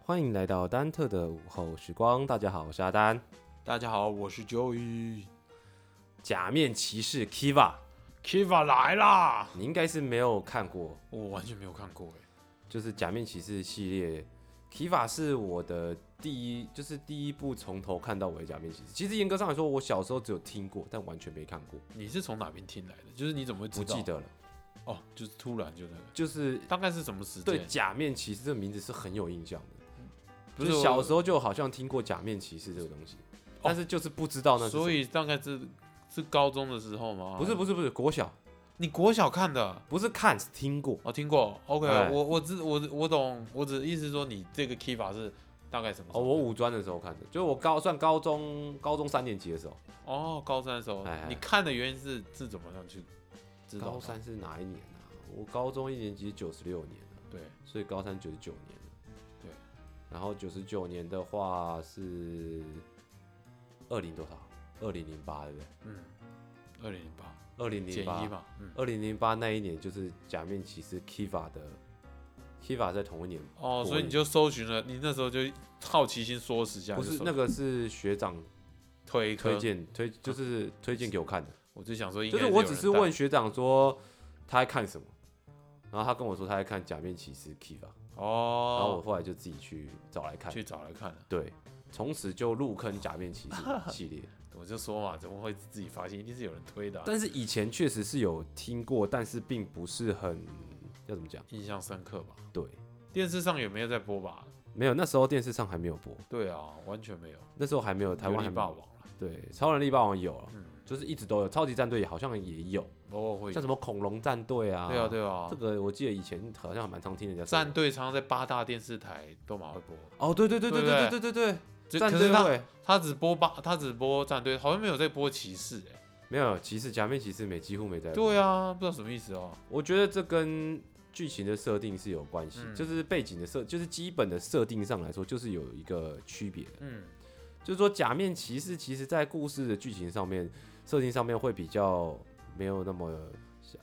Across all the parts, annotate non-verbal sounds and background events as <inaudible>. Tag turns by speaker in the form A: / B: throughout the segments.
A: 欢迎来到丹特的午后时光。大家好，我是阿丹。
B: 大家好，我是 Joey。
A: 假面骑士 Kiva，
B: Kiva 来啦！
A: 你应该是没有看过，
B: 我完全没有看过哎。
A: 就是假面骑士系列。Kiva 是我的第一，就是第一部从头看到尾的假面骑士。其实严格上来说，我小时候只有听过，但完全没看过，
B: 你是从哪边听来的？就是你怎么会知
A: 不
B: 道？
A: 记得了。
B: 哦，就是突然就那个，
A: 就是
B: 大概是什么时
A: 对
B: 间？
A: 假面骑士这个名字是很有印象的，不
B: 不是
A: 是小时
B: 候，
A: 候就好像听过假面骑士这个东西，但是就是不知道那是什么
B: 所以大概是是高中的时候吗？
A: 不是不
B: 是，
A: 是不是国小，
B: 你国小看的？
A: 不是看是听过。
B: 我、听过，OK，、
A: 哎
B: 我我知我我懂，我只意思说你这个 Kiva 是大概什么时
A: 哦，
B: 候看？
A: 我五专的时候看的，就是我高算高中高中三年级的时候。
B: 哦高三的时候，
A: 哎哎
B: 你看的原因是是怎么样去知道它？
A: 高三是哪一年啊？我高中一年级九十六年啊
B: 对，
A: 所以高三九十九年了
B: 对，
A: 然后九十九年的话是二零多少？二零零八对不对？
B: 嗯，二零零八
A: 二零
B: 减
A: 零
B: 一
A: 八，
B: 嘛，嗯。
A: 二零零八那一年就是假面骑士 Kiva 的 Kiva 在同一年，
B: 哦，所
A: 国
B: 以你
A: 语
B: 就搜寻了，你那时候就好奇心唆使下，
A: 不是那
B: 个
A: 个是学长
B: 推
A: 推
B: 科，
A: 荐推就是推荐给我看的。
B: 我就想说应
A: 就
B: 该
A: 是
B: 有
A: 我只是
B: 人带
A: 问学长说他在看什么，然后他跟我说他在看《假面骑士 Kiva》，然后我
B: 哦，
A: 后来就自己去找来看，
B: 去找来看了，啊
A: 对，从此就入坑《假面骑士》
B: <laughs>
A: 系列。
B: 我就说嘛，怎么会自己发现，一定是有人推的啊、
A: 但是以前确实是有听过，但是并不是很要怎么讲，
B: 印象深刻吧？
A: 对，
B: 电视上有没有在播吧？
A: 没有，那时候电视上还没有播，
B: 对啊，完全没有，
A: 那时候还没有台湾还
B: 有力
A: 没
B: 霸
A: 有，
B: 王了，啊
A: 对，超人力霸王有了，
B: 嗯
A: 就是一直都有，超级战队也好像也有，
B: 偶尔会
A: 像
B: 有，
A: 什么恐龙战队啊，
B: 对啊，对啊
A: 这，个我记得以前好像还蛮常听人家说
B: 战队常常在八大电视台都蛮会播，
A: 哦，对对对对
B: 对不
A: 对对
B: 对
A: 对对
B: 就
A: 对，战
B: 可是
A: 队
B: 他
A: 会。
B: 他只播八，他只播战队，好像没有在播骑士、欸，
A: 没有，骑士假面骑士没几乎没在。
B: 对，啊，不知道什么意思哦，
A: 我觉得这跟剧情的设定是有关系，
B: 嗯
A: 就是背景的设，就是基本的设定上来说，就是有一个区别的。
B: 嗯，
A: 就是说，假面骑士其实在故事的剧情上面、设定上面会比较没有那么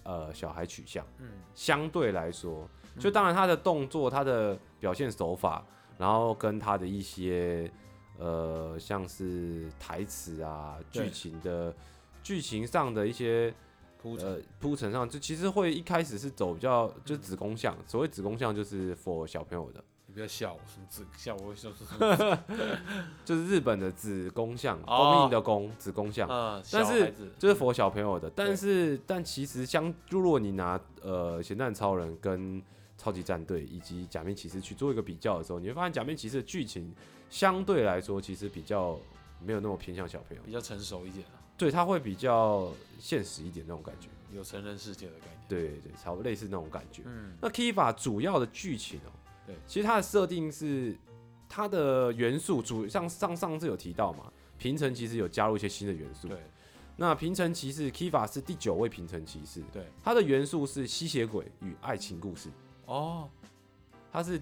A: 呃小孩取向，
B: 嗯，
A: 相对来说，
B: 嗯
A: 就当然他的动作、他的表现手法，然后跟他的一些呃像是台词啊、
B: 对
A: 剧情的剧情上的一些。
B: 铺陈。嗯
A: 呃铺陈上，就其实会一开始是走比较就是子宫向，所谓子宫向就是 for 小朋友的，
B: 你不要笑我，什么这笑我笑是什么？
A: 就是日本的子宫向，
B: 哦
A: 供应的供子宫向，
B: 嗯，
A: 但
B: 小
A: 是
B: 孩子
A: 就是 for 小朋友的。但
B: 对
A: 是但其实相，如果你拿呃咸蛋超人跟超级战队以及假面骑士去做一个比较的时候，你会发现假面骑士的剧情相对来说其实比较没有那么偏向小朋友，
B: 比较成熟一点啊，
A: 对，它会比较现实一点那种感觉，
B: 有成人世界的概念。
A: 对对对，差不多类似那种感觉。
B: 嗯，
A: 那 Kiva 主要的剧情哦、
B: 对，
A: 其实它的设定是它的元素主像上上次有提到嘛，平成其实有加入一些新的元素。
B: 对
A: 那平成骑士 Kiva 是第九位平成骑士，
B: 对，
A: 它的元素是吸血鬼与爱情故事，
B: 哦，
A: 它是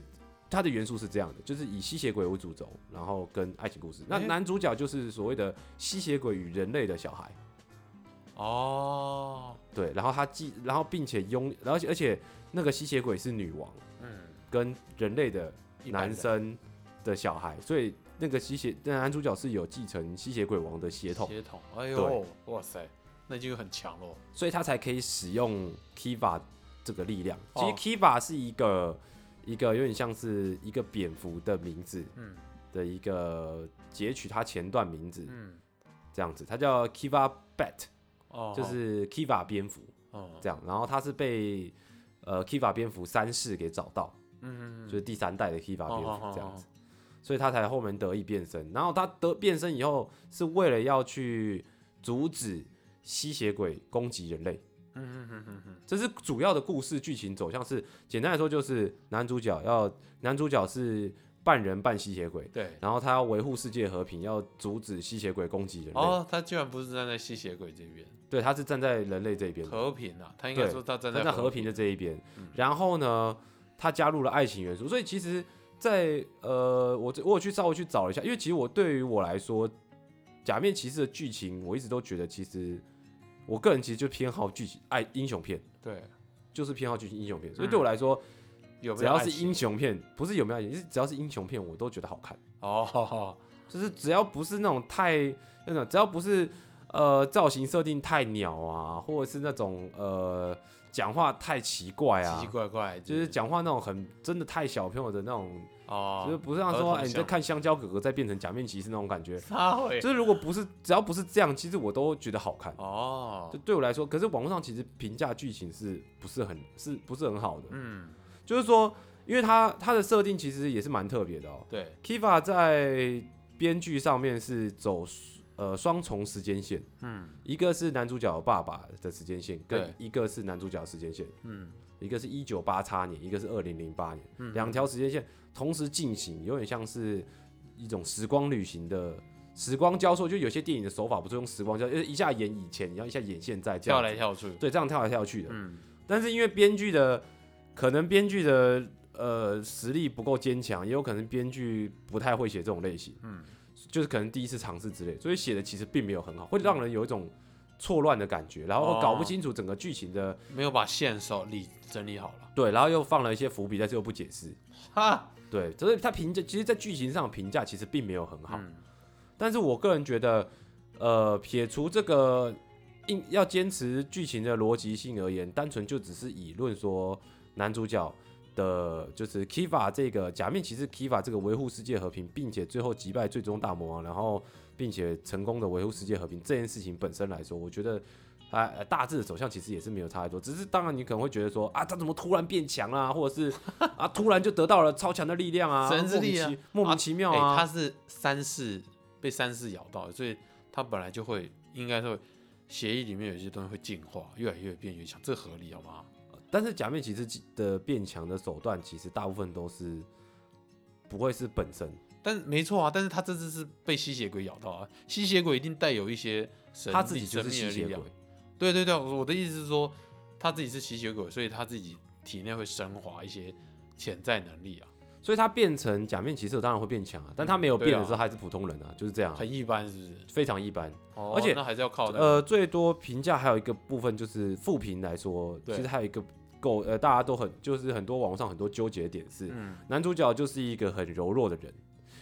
A: 它的元素是这样的，就是以吸血鬼为主轴，然后跟爱情故事。那
B: 诶
A: 男主角就是所谓的吸血鬼与人类的小孩。
B: 哦，
A: 对，然后他既，然后并且拥，而且而且那个吸血鬼是女王，
B: 嗯，
A: 跟人类的
B: 一般
A: 男
B: 人
A: 生的小孩，所以那个吸血那男主角是有继承吸血鬼王的血统，
B: 血统，哎呦，哇塞，那就很强喽。
A: 所以他才可以使用 Kiva 这个力量。其实
B: 哦
A: Kiva 是一个一个有点像是一个蝙蝠的名字
B: 嗯
A: 的一个截取它前段名字
B: 嗯，
A: 这样子，它叫 Kiva Bat，
B: 哦，
A: 就是 Kiva 蝙蝠
B: 哦，
A: 这样。然后它是被呃 Kiva 蝙蝠三世给找到，
B: 嗯嗯，
A: 就是第三代的 Kiva
B: 哦
A: 蝙
B: 哦
A: 蝠
B: 哦
A: 这样
B: 哦
A: 子，所以他才后面得以变身。然后他得变身以后，是为了要去阻止吸血鬼攻击人类，
B: 嗯嗯嗯嗯嗯，
A: 这是主要的故事剧情走向是。简单来说，就是男主角要男主角是半人半吸血鬼，
B: 对。
A: 然后他要维护世界和平，要阻止吸血鬼攻击人类。
B: 哦，他居然不是站在吸血鬼这边，
A: 对，他是站在人类这边的，
B: 和平啊，他应该
A: 对
B: 说他站
A: 站在和
B: 和
A: 平
B: 平
A: 的这一边。
B: 嗯
A: 然后呢，他加入了爱情元素，所以其实在，呃，我我有去稍微去找了一下，因为其实我对于我来说，《假面骑士》的剧情，我一直都觉得其实我个人其实就偏好剧情爱英雄片，
B: 对，
A: 就是偏好剧情英雄片，所以对我来说，
B: 嗯有没
A: 只
B: 有
A: 要
B: 爱
A: 是
B: 情
A: 英雄片，不是有没有爱情，是只要是英雄片，我都觉得好看。 <laughs>
B: 哦，
A: 就是只要不是那种太那种，只要不是呃造型设定太鸟啊，或者是那种呃讲话太奇怪啊
B: 奇奇，怪怪，
A: 就是讲话那种很真的太小朋友的那种，
B: 哦，
A: 就是不是像说
B: 儿童
A: 哎、你在
B: 像
A: 看香蕉哥哥再变成假面骑士那种感觉。
B: 撒谎
A: 就是如果不是只要不是这样，其实我都觉得好看。
B: 哦
A: 就，对我来说，可是网络上其实评价剧情是不是很是不是很好的？
B: 嗯，
A: 就是说，因为它它的设定其实也是蛮特别的哦。
B: 对，
A: Kiva 在编剧上面是走呃双重时间线，
B: 嗯
A: 一个是男主角爸爸的时间线，跟
B: 对
A: 一个是男主角的时间线，
B: 嗯
A: 一个是一九八叉年，一个是二零零八年，
B: 嗯
A: 两条时间线同时进行，有点像是一种时光旅行的。时光交错，就有些电影的手法不是用时光交，就是一下演以前，然后一下演现在，这样
B: 跳
A: 子
B: 来跳去，
A: 对，这样跳来跳去的。
B: 嗯
A: 但是因为编剧的可能编剧的呃实力不够坚强，也有可能编剧不太会写这种类型，
B: 嗯，
A: 就是可能第一次尝试之类，所以写的其实并没有很好，会让人有一种错乱的感觉，然后
B: 哦
A: 搞不清楚整个剧情的、
B: 没有把线索理整理好了，哎
A: 对，然后又放了一些伏笔，但是又不解释，
B: 哈，
A: 对，所以他评价其实，在剧情上评价其实并没有很好，
B: 嗯
A: 但是我个人觉得，呃，撇除这个硬要坚持剧情的逻辑性而言，单纯就只是以论说男主角的，就是 Kiva 这个假面骑士 Kiva 这个维护世界和平，并且最后击败最终大魔王，然后并且成功的维护世界和平这件事情本身来说，我觉得。啊，呃大致的走向其实也是没有差太多，只是当然你可能会觉得说啊，他怎么突然变强啦、或者是啊，突然就得到了超强的力量啊，
B: 神之力
A: 莫
B: 啊
A: 名其莫名其妙
B: 哎、
A: 啊，
B: 他是三世被三世咬到的，所以他本来就会应该是会协议里面有些东西会进化，越来越变越强，这合理好吗？
A: 但是假面骑士的变强的手段，其实大部分都是不会是本身，
B: 但没错啊，但是他这次是被吸血鬼咬到啊，吸血鬼一定带有一些神
A: 他自己
B: 力
A: 就是
B: 神
A: 吸
B: 秘的力
A: 血
B: 量
A: 鬼。。
B: 对对对，我我的意思是说，他自己是吸血鬼，所以他自己体内会升华一些潜在能力啊，
A: 所以他变成假面骑士，当然会变强啊，但他没有
B: 对啊
A: 变的时候，他还是普通人啊，就是这样啊，
B: 很一般是不是？
A: 非常一般。
B: 哦
A: 而且
B: 那还是要靠那个
A: 呃，最多评价还有一个部分就是负评来说，
B: 对
A: 其实还有一个够呃，大家都很就是很多网络上很多纠结的点是，
B: 嗯，
A: 男主角就是一个很柔弱的人，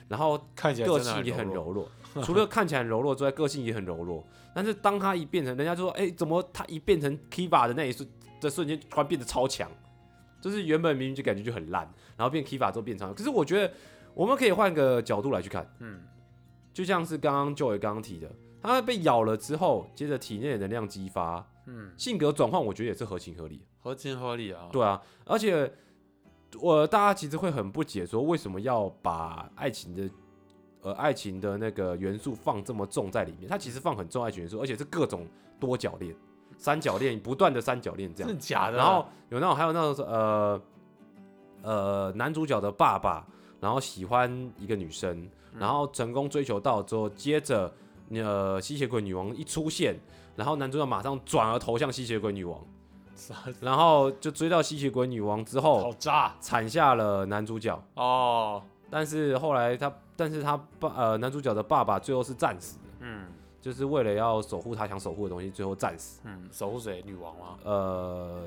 A: 然后
B: 看起来
A: 个
B: 真的
A: 性也很
B: 柔
A: 柔弱，
B: <laughs>
A: 除了看起来很柔弱之外，个性也很柔弱。但是当他一变成，人家就说，哎、怎么他一变成 Kiva 的那一瞬的瞬间，突然变得超强？就是原本明明就感觉就很烂，然后变 Kiva 之后变强。可是我觉得我们可以换个角度来去看，
B: 嗯，
A: 就像是刚刚 Joy 刚刚提的，他被咬了之后，接着体内的能量激发，
B: 嗯，
A: 性格转换，我觉得也是合情合理的。
B: 合情合理啊。
A: 对啊，而且我、大家其实会很不解，说为什么要把爱情的呃爱情的那个元素放这么重在里面？它其实放很重爱情元素，而且是各种多角恋、三角恋，不断的三角恋这
B: 真
A: 样
B: 的。假的啊？
A: 然后有那种还有那种呃呃男主角的爸爸，然后喜欢一个女生，然后成功追求到之后，接着呃吸血鬼女王一出现，然后男主角马上转而投向吸血鬼女王。然后就追到吸血鬼女王之后，
B: 好渣
A: 产下了男主角。
B: 哦，
A: 但是后来他，但是他爸呃男主角的爸爸最后是战死的，
B: 嗯
A: 就是为了要守护他想守护的东西，最后战死。
B: 嗯，守护谁？女王吗？
A: 呃，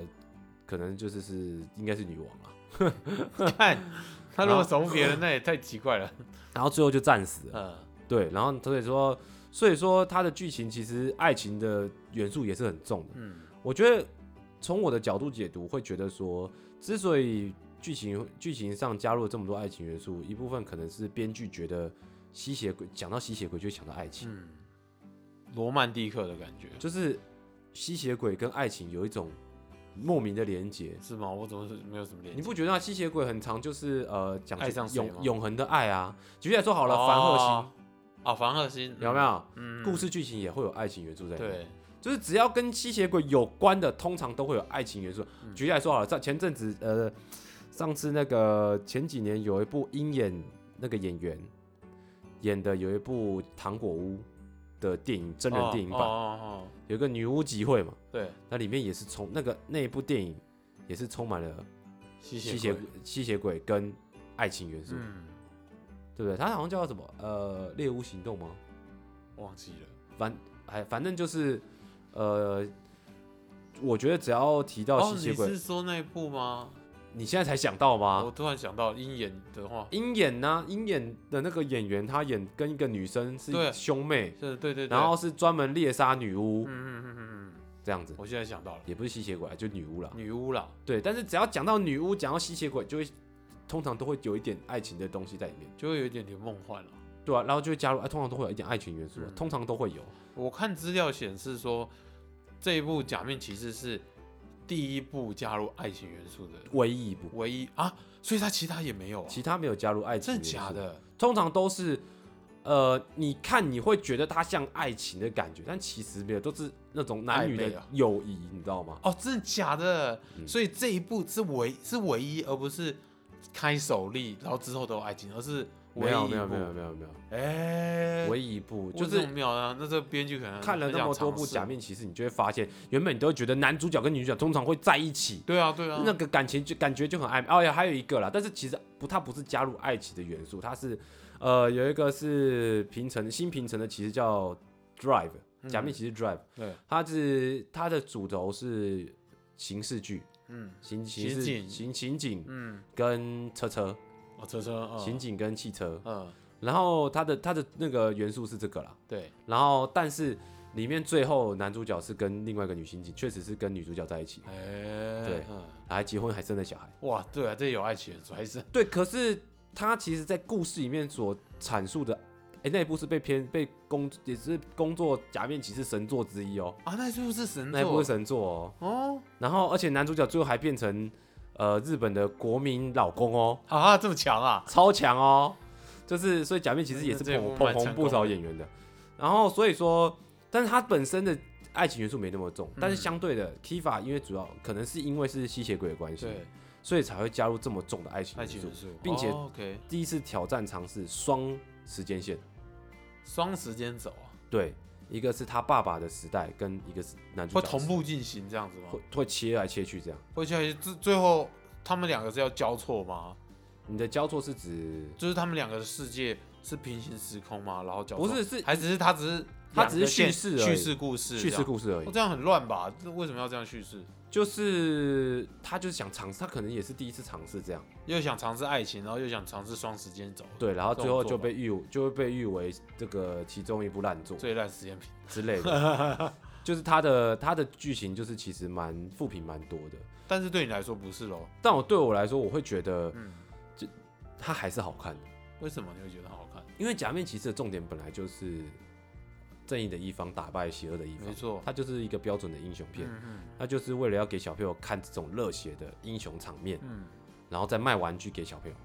A: 可能就是是应该是女王啊了，
B: <laughs> 看他如
A: 然后
B: 果守护别人，那也太奇怪了。
A: 然后最后就战死了。
B: <laughs> 嗯，
A: 对，然后所以说，所以说他的剧情其实爱情的元素也是很重的。
B: 嗯，
A: 我觉得从我的角度解读，会觉得说，之所以剧情剧情上加入了这么多爱情元素，一部分可能是编剧觉得吸血鬼讲到吸血鬼就会想到爱情，
B: 嗯，罗曼蒂克的感觉
A: 就是吸血鬼跟爱情有一种莫名的连结。
B: 是吗？我怎么是没有什么联
A: 你
B: 系？
A: 不觉得、啊、吸血鬼很常就是呃讲
B: 爱上谁吗
A: 永永恒的爱啊？举例来说好了，凡鹤
B: 哦
A: 星
B: 啊，凡鹤星
A: 有没？有？
B: 嗯，嗯
A: 故事剧情也会有爱情元素在里面。
B: 对，
A: 就是只要跟吸血鬼有关的，通常都会有爱情元素。
B: 嗯
A: 举例来说好了，在前阵子，呃，上次那个前几年有一部鹰眼那个演员演的有一部《糖果屋》的电影真人电影版，
B: 哦哦哦哦
A: 有一个女巫集会嘛，
B: 对，
A: 那里面也是充那个那一部电影也是充满了
B: 吸
A: 吸
B: 血
A: 血
B: 鬼，
A: 吸血鬼跟爱情元素，
B: 嗯，
A: 对不对？它好像叫什么呃《猎巫行动》吗？
B: 忘记了。
A: 反哎，反正就是呃，我觉得只要提到
B: 哦，
A: 吸血
B: 你
A: 鬼，啊
B: 是说那一部吗？
A: 你现在才想到吗
B: 我？突然想到鹰眼的话，
A: 鹰眼呢、鹰眼的那个演员，他演跟一个女生
B: 对
A: 是兄妹，
B: 是，对对对，
A: 然后是专门猎杀女巫
B: 嗯嗯嗯嗯嗯，
A: 这样子，
B: 我现在想到了
A: 也不是吸血鬼啊，就女巫啦。
B: 女巫啦，
A: 对，但是只要讲到女巫，讲到吸血鬼，就会通常都会有一点爱情的东西在里面，
B: 就会有一点点梦幻了。
A: 对啊，然后就会加入，哎、通常都会有一点爱情元素啊、
B: 嗯
A: 通常都会有。
B: 我看资料显示说，这一部《假面骑士》是第一部加入爱情元素的
A: 唯一一部，
B: 唯一啊，所以它其他也没有、啊，
A: 其他没有加入爱情
B: 真
A: 元
B: 的
A: 素，
B: 假的？
A: 通常都是，呃，你看你会觉得它像爱情的感觉，但其实没有，都是那种男女
B: 暧昧
A: 的
B: 啊
A: 友谊，你知道吗？
B: 哦，真的假的？
A: 嗯
B: 所以这一部是唯是唯一，而不是开首例，然后之后都有爱情，而是唯
A: 没
B: 一
A: 有
B: 一
A: 没有
B: 部
A: 没有，没有没有，
B: 哎、
A: 唯一一部
B: 就
A: 就是是
B: 妙啊！那这编剧可能
A: 看了那么多部
B: 很想尝试
A: 假，面骑士，你就会发现，原本你都会觉得男主角跟女主角通常会在一起，
B: 对啊对啊，
A: 那个感情就感觉就很暧昧。哦呀，还有一个啦，但是其实不，它不是加入爱情的元素，它是呃有一个是平成新平成的，其实叫 Drive
B: 嗯
A: 假面骑士 Drive，、
B: 对，
A: 它是它的主轴是刑事剧。
B: 嗯
A: 刑
B: 刑
A: 刑事
B: 警
A: 刑刑警
B: 嗯，
A: 跟车车，
B: 哦车车，嗯
A: 刑警跟汽车，
B: 嗯
A: 然后它的它的那个元素是这个啦，
B: 对，
A: 然后但是里面最后男主角是跟另外一个女刑警，确实是跟女主角在一起，
B: 哎、
A: 对
B: 嗯，
A: 还结婚还生了小孩，
B: 哇，对啊，这有爱情元素还是
A: 对，可是他其实在故事里面所阐述的。哎、那一部是被偏被工也是工作假面骑士神作之一哦，
B: 啊，那是不是神
A: 那一部
B: 作
A: 是神作哦。
B: 哦
A: 然后，而且男主角最后还变成呃日本的国民老公哦。
B: 啊，这么强啊！
A: 超强哦。就是所以假面其实也是
B: 这部
A: 捧捧
B: 蛮成
A: 红
B: 功
A: 不
B: 的
A: 少演员的。然后所以说，但是他本身的爱情元素没那么重，
B: 嗯
A: 但是相对的 Kifa 因为主要可能是因为是吸血鬼的关系，
B: 对，
A: 所以才会加入这么重的爱情
B: 爱
A: 元素
B: 情。元素，
A: 并且
B: 哦 OK
A: 第一次挑战尝试双时间线，
B: 双时间走啊，
A: 对，一个是他爸爸的时代，跟一个是男主
B: 会
A: 角
B: 同
A: 时
B: 步进行这样子吗？
A: 会会切来切去这样。
B: 而且最最后他们两个是要交错吗？
A: 你的交错是指
B: 就是他们两个的世界是平行时空吗？然后交错
A: 不是是
B: 还只是他只是
A: 他只是叙事
B: 两
A: 而
B: 个
A: 已
B: 线叙事故事
A: 叙事
B: 这样，
A: 故事而已
B: 哦，，这样很乱吧？这为什么要这样叙事？
A: 就是他就是想尝试，他可能也是第一次尝试这样。
B: 又想尝试爱情，然后又想尝试双时间走，
A: 对，然后
B: 这
A: 最
B: 种
A: 后
B: 做
A: 就
B: 法
A: 被誉就会被誉为这个其中一部烂作
B: 最烂实验品。
A: 之类的，
B: <laughs>
A: 就是它的它的剧情就是其实蛮负评蛮多的，
B: 但是对你来说不是喽？
A: 但我对我来说，我会觉得
B: 嗯，
A: 它还是好看的，
B: 为什么你会觉得好看？
A: 因为假面骑士的重点本来就是正义的一方打败邪恶的一
B: 没
A: 方，
B: 错，
A: 它就是一个标准的英雄片，
B: 嗯嗯
A: 它就是为了要给小朋友看这种热血的英雄场面，
B: 嗯，
A: 然后再卖玩具给小朋友，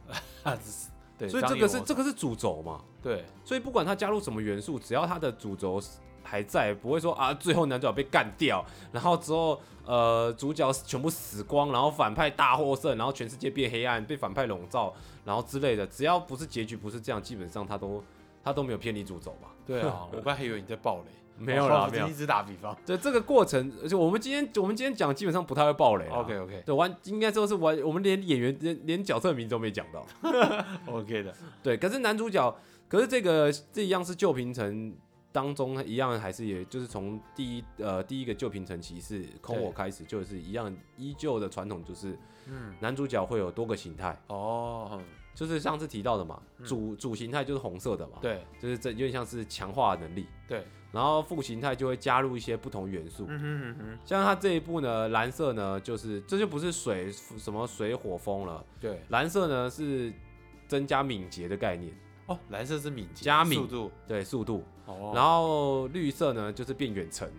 B: 啊，只是对，
A: 所以这
B: 张艺
A: 个
B: 谋
A: 是这个是主轴嘛，
B: 对，
A: 所以不管他加入什么元素，只要他的主轴还在，不会说啊，最后男主角被干掉，然后之后呃主角全部死光，然后反派大获胜，然后全世界变黑暗，被反派笼罩，然后之类的，只要不是结局不是这样，基本上他都他都没有偏离主轴吧？
B: 对
A: <laughs>
B: 啊，我刚才以为你在暴雷，
A: 没有啦
B: 我
A: 没有
B: 一直打比方。
A: 对这个过程，而且我们今天我们今天讲基本上不太会爆雷啦 <laughs>
B: OK OK
A: 对，完应该说是完，我们连演员连连角色名字都没讲到。
B: OK 的，
A: 对，可是男主角，可是这个这一样是旧平城当中一样还是也就是从第一呃第一个旧平城骑士空
B: 对
A: 我开始，就是一样依旧的传统，就是
B: 嗯，
A: 男主角会有多个形态，
B: 哦，
A: 就是上次提到的嘛，主主形态就是红色的嘛，，
B: 嗯对
A: 就是这有点像是强化能力，
B: 对，
A: 然后副形态就会加入一些不同元素。
B: 嗯哼嗯哼，
A: 像它这一部呢，蓝色呢，就是这就不是水什么水火风了，
B: 对，
A: 蓝色呢是增加敏捷的概念，
B: 哦，蓝色是敏捷，
A: 加敏
B: 速度，
A: 对速度，
B: 哦，
A: 然后绿色呢就是变远程，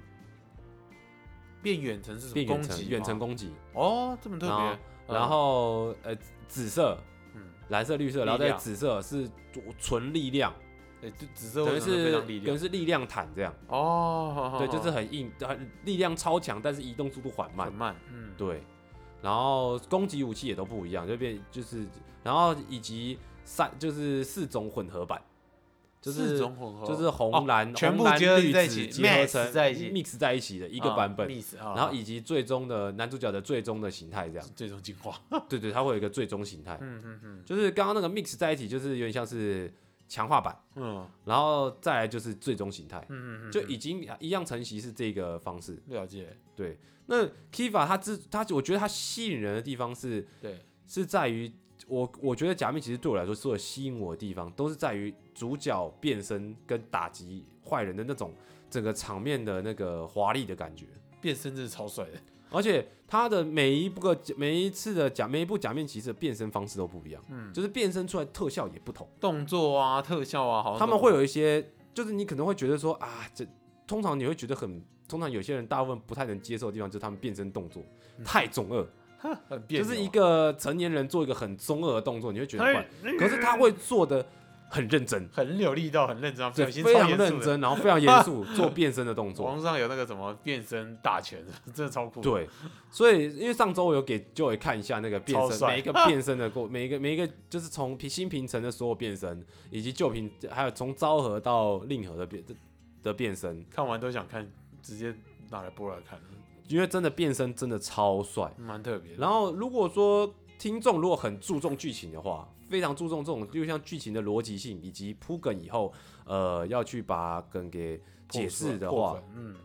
B: 变远程是什么
A: 变
B: 攻
A: 远
B: 击
A: 程，
B: 吗
A: 远程，攻击。
B: 哦，这么特
A: 然后
B: 别，
A: 然后呃紫色、
B: 嗯，
A: 蓝色、绿色，
B: 力
A: 然后再
B: 量
A: 紫色是纯力量，
B: 对，哎就紫色
A: 等
B: 为
A: 于
B: 什么非
A: 是
B: 常力
A: 等于
B: 量，
A: 是力量坦这样。
B: 哦，
A: 对，就是很硬，很力量超强，但是移动速度缓慢
B: 很。慢，嗯，
A: 对，然后攻击武器也都不一样，就变就是，然后以及三就是四种混合版，就是
B: 四种混合，
A: 就是
B: 哦
A: 红蓝、
B: 全部
A: 红蓝
B: 结合
A: 绿
B: 在一
A: 紫
B: 起
A: 结合
B: mix
A: 成
B: 在一起
A: mix 在一起的一个版本。
B: ，miss 啊，
A: 然后以及最终的男主角的最终的形态，这
B: <laughs>
A: 样，
B: 最终进化，
A: 对对，它会有一个最终形态，
B: 嗯嗯嗯
A: 就是刚刚那个 mix 在一起，就是有点像是强化版，
B: 嗯
A: 然后再来就是最终形态，
B: 嗯嗯，
A: 就已经一样承袭是这个方式。
B: 了解，
A: 对，那 Kiva 他之他，我觉得他吸引人的地方是
B: 对，
A: 是在于我我觉得假面骑士对我来说所有吸引我的地方，都是在于主角变身跟打击坏人的那种整个场面的那个华丽的感觉。
B: 变身真的超帅的，
A: 而且他的每一部个每一次的假每一部假面骑士的变身方式都不一样，嗯，就是变身出来特效也不同，
B: 动作啊、特效啊，好像
A: 他们
B: 都
A: 会有一些，就是你可能会觉得说啊，这通常你会觉得很，通常有些人大部分不太能接受的地方就是他们变身动作太中二，
B: 很嗯别
A: 就
B: 扭啊，哎
A: 是一个成年人做一个很中二的动作，你会觉得
B: 他
A: 怪，可是他会做的很认真，
B: 很有力道，很认真啊，
A: 对，
B: 表情
A: 非
B: 超
A: 常
B: 严肃的
A: 认。真，然后非常严肃做变身的动作，
B: 网上有那个什么变身大全， <laughs> 真的超酷。，
A: 对，所以因为上周我有给 Joy 看一下那个变
B: 超
A: 身，
B: 帅
A: 每一个变身的过， <laughs> 每一个每一个就是从平新平城的所有变身，以及旧平，还有从昭和到令和的变的变身，
B: 看完都想看，直接拿来播来看，
A: 因为真的变身真的超帅。
B: 蛮特别的。
A: 然后如果说听众如果很注重剧情的话，非常注重这种，就像剧情的逻辑性以及铺梗以后，呃，要去把梗给解释的
B: 破
A: 话
B: 粉，，嗯，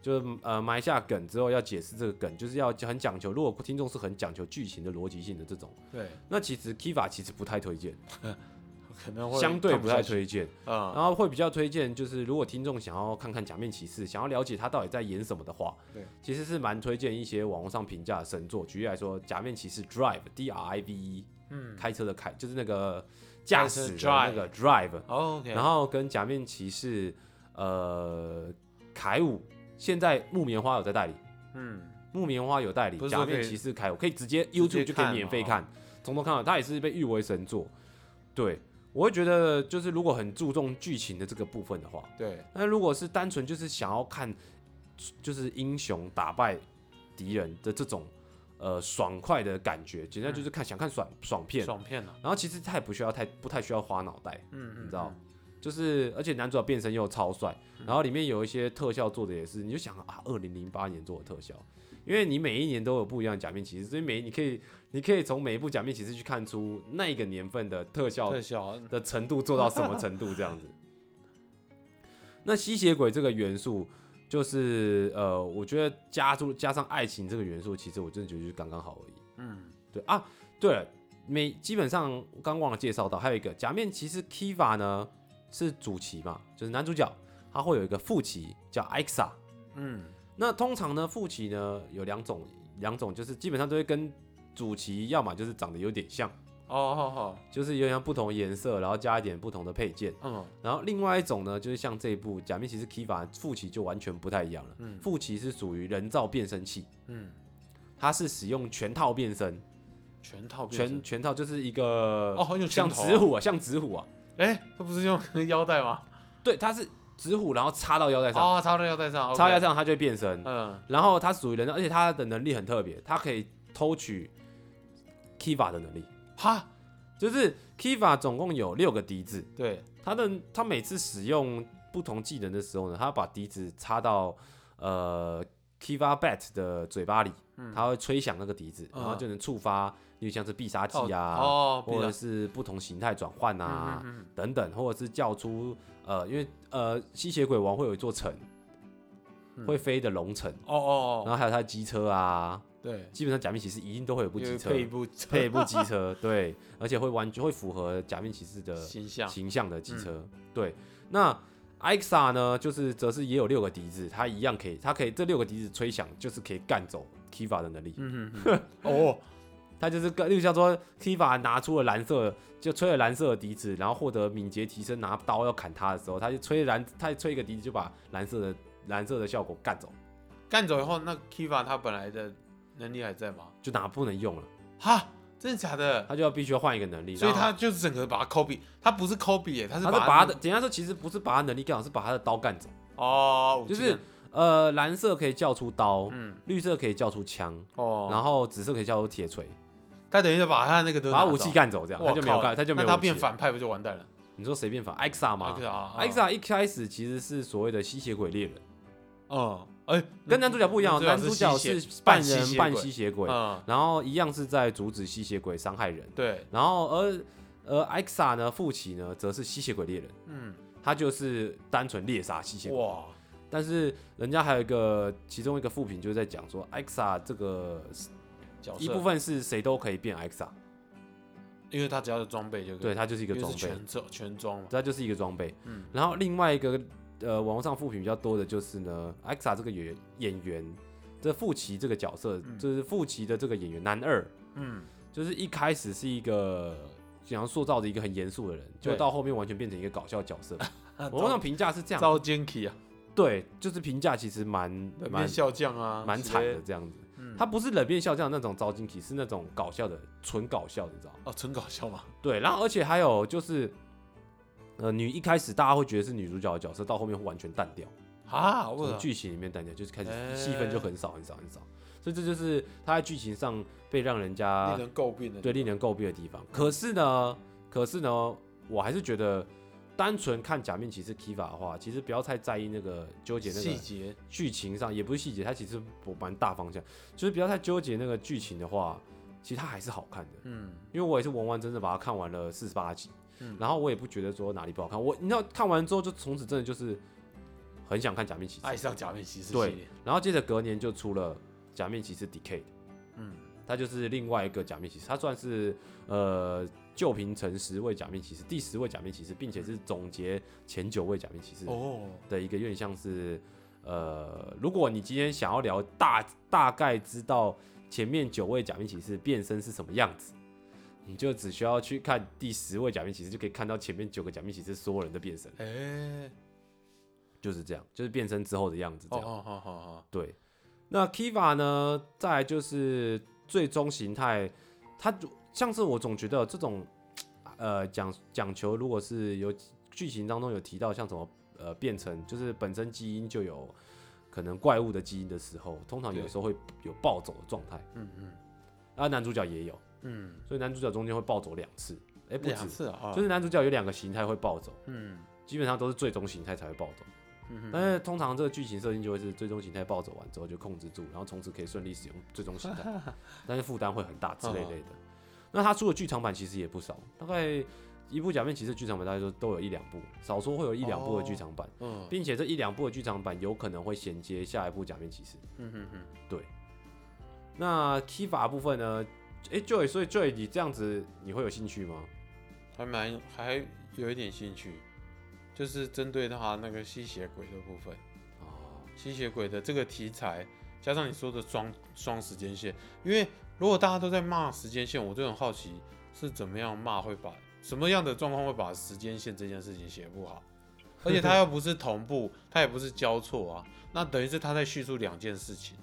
A: 就是呃埋下梗之后要解释这个梗，就是要很讲究。如果听众是很讲究剧情的逻辑性的这种，
B: 对，
A: 那其实 Kiva 其实不太推荐，
B: 可能会
A: 相对
B: 看
A: 不
B: 不
A: 太
B: 下去
A: 推荐，
B: 啊。
A: 然后会比较推荐就是如果听众想要看看假面骑士，想要了解他到底在演什么的话，
B: 对，
A: 其实是蛮推荐一些网络上评价的神作。举例来说，假面骑士 Drive D R I V E，
B: 嗯
A: 开车的开就是那个驾驶的
B: 开车
A: 那个 Drive，
B: 哦 OK，
A: 然后跟假面骑士呃凯五，现在木棉花有在代理。
B: 嗯，
A: 木棉花有代理
B: 不，是
A: 假
B: 说可以
A: 面骑士凯，我可以直接
B: 直接
A: YouTube 就可以免费
B: 看哦
A: 看，从头看到尾，它也是被誉为神作。对，我会觉得就是如果很注重剧情的这个部分的话，
B: 对，
A: 那如果是单纯就是想要看就是英雄打败敌人的这种呃爽快的感觉，简单就是看、想看爽爽片，
B: 嗯爽片了，
A: 然后其实它也不需要太不太需要花脑袋，
B: 嗯，嗯
A: 你知道，就是而且男主角变身又超帅，然后里面有一些特效做的也是，你就想啊，二零零八年做的特效，因为你每一年都有不一样的假面骑士，所以每你可以你可以从每一部假面骑士去看出那一个年份的特效
B: 特效啊嗯
A: 的程度做到什么程度这样子。 <laughs> 那吸血鬼这个元素，就是呃，我觉得加入加上爱情这个元素，其实我真的觉得就是刚刚好而已。
B: 嗯，
A: 对啊，对了，每基本上我刚忘了介绍到，还有一个假面骑士 Kiva 呢是主骑嘛，就是男主角，他会有一个副骑叫 Ixa。
B: 嗯，
A: 那通常呢，副骑呢有两种，两种就是基本上都会跟主骑要么就是长得有点像，
B: 哦，好好，
A: 就是有点像不同颜色，然后加一点不同的配件。
B: 嗯，
A: 然后另外一种呢，就是像这一部《假面骑士 Kiva》副骑就完全不太一样了。
B: 嗯
A: 副骑是属于人造变身器，
B: 嗯，
A: 它是使用全套变身，
B: 全套变
A: 全
B: 身
A: 全套就是一个
B: 哦，用
A: 像
B: 拳头啊
A: 纸，虎啊，像纸虎啊，
B: 哎，他不是用腰带吗？
A: 对，它是纸虎，然后插到腰带上，
B: 哦，插到腰带上，
A: 插到腰带
B: 上，
A: 上它就会变身。
B: 嗯，
A: 然后它属于人造，而且它的能力很特别，它可以偷取 Kiva 的能力，
B: 哈，
A: 就是 Kiva 总共有六个笛子，
B: 对，
A: 他的他每次使用不同技能的时候呢，他把笛子插到呃 Kiva Bat 的嘴巴里，他会吹响那个笛子，
B: 嗯
A: 然后就能触发，例如像是必杀技啊，
B: 哦，
A: 或者
B: 必杀
A: 是不同形态转换啊、
B: 嗯嗯
A: 等等，或者是叫出呃，因为呃吸血鬼王会有一座城，
B: 嗯
A: 会飞的龙城，
B: 嗯哦哦
A: 然后
B: 哦，
A: 还有他的机车啊，
B: 对，
A: 基本上假面骑士一定都会有部机车。
B: 配一部
A: 配一部机车，对，而且会完全会符合假面骑士的
B: 形象，
A: 形象的机车。
B: 嗯
A: 对，那 IXA 呢，就是则是也有六个笛子，它一样可以，它可以这六个笛子吹响，就是可以干走 Kiva 的能力。
B: 嗯嗯嗯，哦，
A: 它就是跟，例如像说 Kiva 拿出了蓝色，就吹了蓝色的笛子，然后获得敏捷提升，拿刀要砍他的时候，他就吹蓝，他吹一个笛子就把蓝色的蓝色的效果干走，
B: <laughs> 干走以后，那 Kiva 他本来的能力还在吗？
A: 就拿不能用了，
B: 哈，真的假的？
A: 他就要必须要换一个能力。
B: 所以
A: 然后
B: 他就是整个把他 copy，他不是 copy 耶，他是
A: 他是
B: 把
A: 把他的，简单说，其实不是把他能力干好，是把他的刀干走。
B: 哦，
A: 就
B: 我记
A: 是
B: 得
A: 呃，蓝色可以叫出刀，
B: 嗯
A: 绿色可以叫出枪，
B: 哦，
A: 然后紫色可以叫做铁锤，
B: 他等于就把他那个都
A: 把
B: 拿
A: 武器
B: 走，
A: 干走，这样
B: 哇
A: 他就没有
B: 靠
A: 干，他就没有
B: 那他
A: 武器
B: 变
A: 了。
B: 反派不就完蛋了？
A: 你说谁变反？Xa 吗
B: 对啊，啊
A: ？Xa 一开始其实是所谓的吸血鬼猎人，
B: 嗯，哎，
A: 跟男主角不一样，哦男主角
B: 啊吸
A: 是
B: 血
A: 半
B: 吸
A: 人
B: 血
A: 半
B: 鬼
A: 吸血鬼，
B: 嗯，
A: 然后一样是在阻止吸血鬼伤害人。
B: 对，
A: 然后而而 Xa 呢，复奇呢，则是吸血鬼猎人，
B: 嗯，
A: 他就是单纯猎杀吸血鬼。
B: 哇，
A: 但是人家还有一个其中一个副评就是在讲说，Xa 这个
B: 角色
A: 一部分是谁都可以变 Xa，
B: 因为它只要是装备就可以
A: 对，它就是一
B: 因
A: 个
B: 为
A: 装
B: 是
A: 备，
B: 全装全装嘛，
A: 它就是一个装备。
B: 嗯
A: 然后另外一个呃，网络上负评比较多的就是呢，EXA 这个演演员，这傅奇这个角色，
B: 嗯
A: 就是傅奇的这个演员男二，
B: 嗯，
A: 就是一开始是一个想要塑造的一个很严肃的人，
B: 对
A: 就到后面完全变成一个搞笑角
B: <laughs>
A: 色。网络
B: 招
A: 上评价是这样，
B: 招 Jinky 啊，
A: 对，就是评价其实蛮
B: 冷面
A: 蛮
B: 笑匠啊，
A: 蛮
B: 直接
A: 惨的这样子。
B: 嗯
A: 他不是冷面笑匠那种糟心体，是那种搞笑的，纯搞笑的，你知道吗？
B: 哦，纯搞笑 <laughs> 嘛，
A: 对，然后而且还有就是，呃，女一开始大家会觉得是女主角的角色，到后面会完全淡掉，
B: 啊，为
A: 从
B: 了
A: 剧情里面淡掉，就是开始
B: 哎
A: 戏份就很少很少很少，所以这就是他在剧情上被让人家
B: 令人诟病的，
A: 啊对令人诟病的地方。可是呢，可是呢，我还是觉得。单纯看假面骑士 Kiva 的话，其实不要太在意那个纠结那个
B: 细节，
A: 剧情上，也不是细节，它其实我蛮大方向，就是不要太纠结那个剧情的话，其实它还是好看的。
B: 嗯
A: 因为我也是完完整整把它看完了四十八集，
B: 嗯
A: 然后我也不觉得说哪里不好看。我你知道看完之后，就从此真的就是很想看假面骑士
B: 爱。上假面骑士系
A: 对
B: 列，
A: 然后接着隔年就出了假面骑士 Decade，
B: 嗯
A: 它就是另外一个假面骑士，它算是呃旧平成十位假面骑士第十位假面骑士，并且是总结前九位假面骑士
B: 哦，
A: 的一个有点像是，呃，如果你今天想要聊大大概知道前面九位假面骑士变身是什么样子，你就只需要去看第十位假面骑士，就可以看到前面九个假面骑士所有人的变身，
B: 哎，
A: 就是这样，就是变身之后的样子这
B: 哦
A: 样。
B: 好好好好，
A: 对，那 Kiva 呢，再来就是最终形态，它就像是我总觉得这种，呃，讲讲求如果是有剧情当中有提到像什么呃变成就是本身基因就有可能怪物的基因的时候，通常有
B: 对
A: 时候会有暴走的状态，
B: 嗯嗯
A: 啊，男主角也有，
B: 嗯，
A: 所以男主角中间会暴走两次，哎、不
B: 两
A: 止，
B: 次啊，
A: 就是是男主角有两个形态会暴走，
B: 嗯
A: 基本上都是最终形态才会暴走。
B: 嗯
A: 但
B: 嗯，
A: 是通常这个剧情设定就会是最终形态暴走完之后就控制住，然后从此可以顺利使用最终形 <laughs> 态，但是负担会很大之类类的。那他出的剧场版其实也不少，大概一部假面骑士剧场版大概都都有一两部，少说会有一两部的剧场版，
B: 嗯
A: 并且这一两部的剧场版有可能会衔接下一部假面骑士。
B: 嗯嗯嗯，
A: 那 Kiva 部分呢？诶 j o y 所以 Joy 你这样子你会有兴趣吗？
B: 还蛮还有一点兴趣，就是针对他那个吸血鬼的部分。
A: 哦，
B: 吸血鬼的这个题材，加上你说的双双时间线，因为如果大家都在骂时间线，我就很好奇是怎么样骂会把什么样的状况会把时间线这件事情写
A: <laughs>
B: 不好，而且它又不是同步，它也不是交错啊，那等于是他在叙述两件事情。